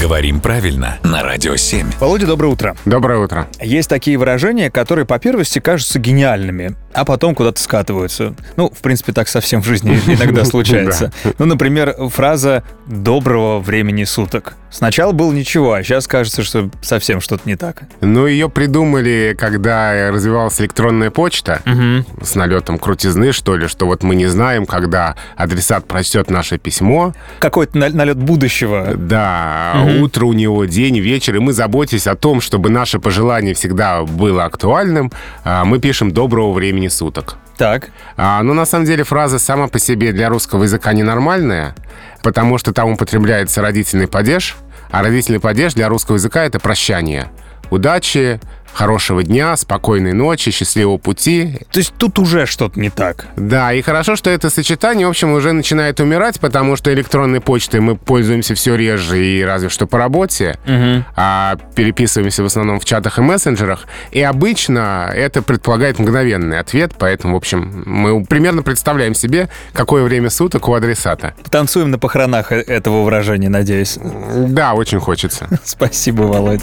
Говорим правильно на Радио 7. Володя, доброе утро. Доброе утро. Есть такие выражения, которые по первости кажутся гениальными, а потом куда-то скатываются. Ну, в принципе, так совсем в жизни иногда случается. Ну, например, фраза «доброго времени суток». Сначала было ничего, а сейчас кажется, что совсем что-то не так. Ну, ее придумали, когда развивалась электронная почта с налетом крутизны, что ли, что вот мы не знаем, когда адресат прочтет наше письмо. Какой-то на- налет будущего. Да, утро у него, день, вечер, и мы заботимся о том, чтобы наше пожелание всегда было актуальным. а, Мы пишем «доброго времени суток». Так, А, но на самом деле фраза сама по себе для русского языка ненормальная, потому что там употребляется родительный падеж, а родительный падеж для русского языка — это прощание. Удачи, хорошего дня, спокойной ночи, счастливого пути. то есть тут уже что-то не так. Да, и хорошо, что это сочетание, в общем, уже начинает умирать, потому что электронной почтой мы пользуемся все реже и разве что по работе, а переписываемся в основном в чатах и мессенджерах. И обычно это предполагает мгновенный ответ, поэтому, в общем, мы примерно представляем себе, какое время суток у адресата. Танцуем на похоронах э- этого выражения, надеюсь. Да, очень хочется. Спасибо, Володь.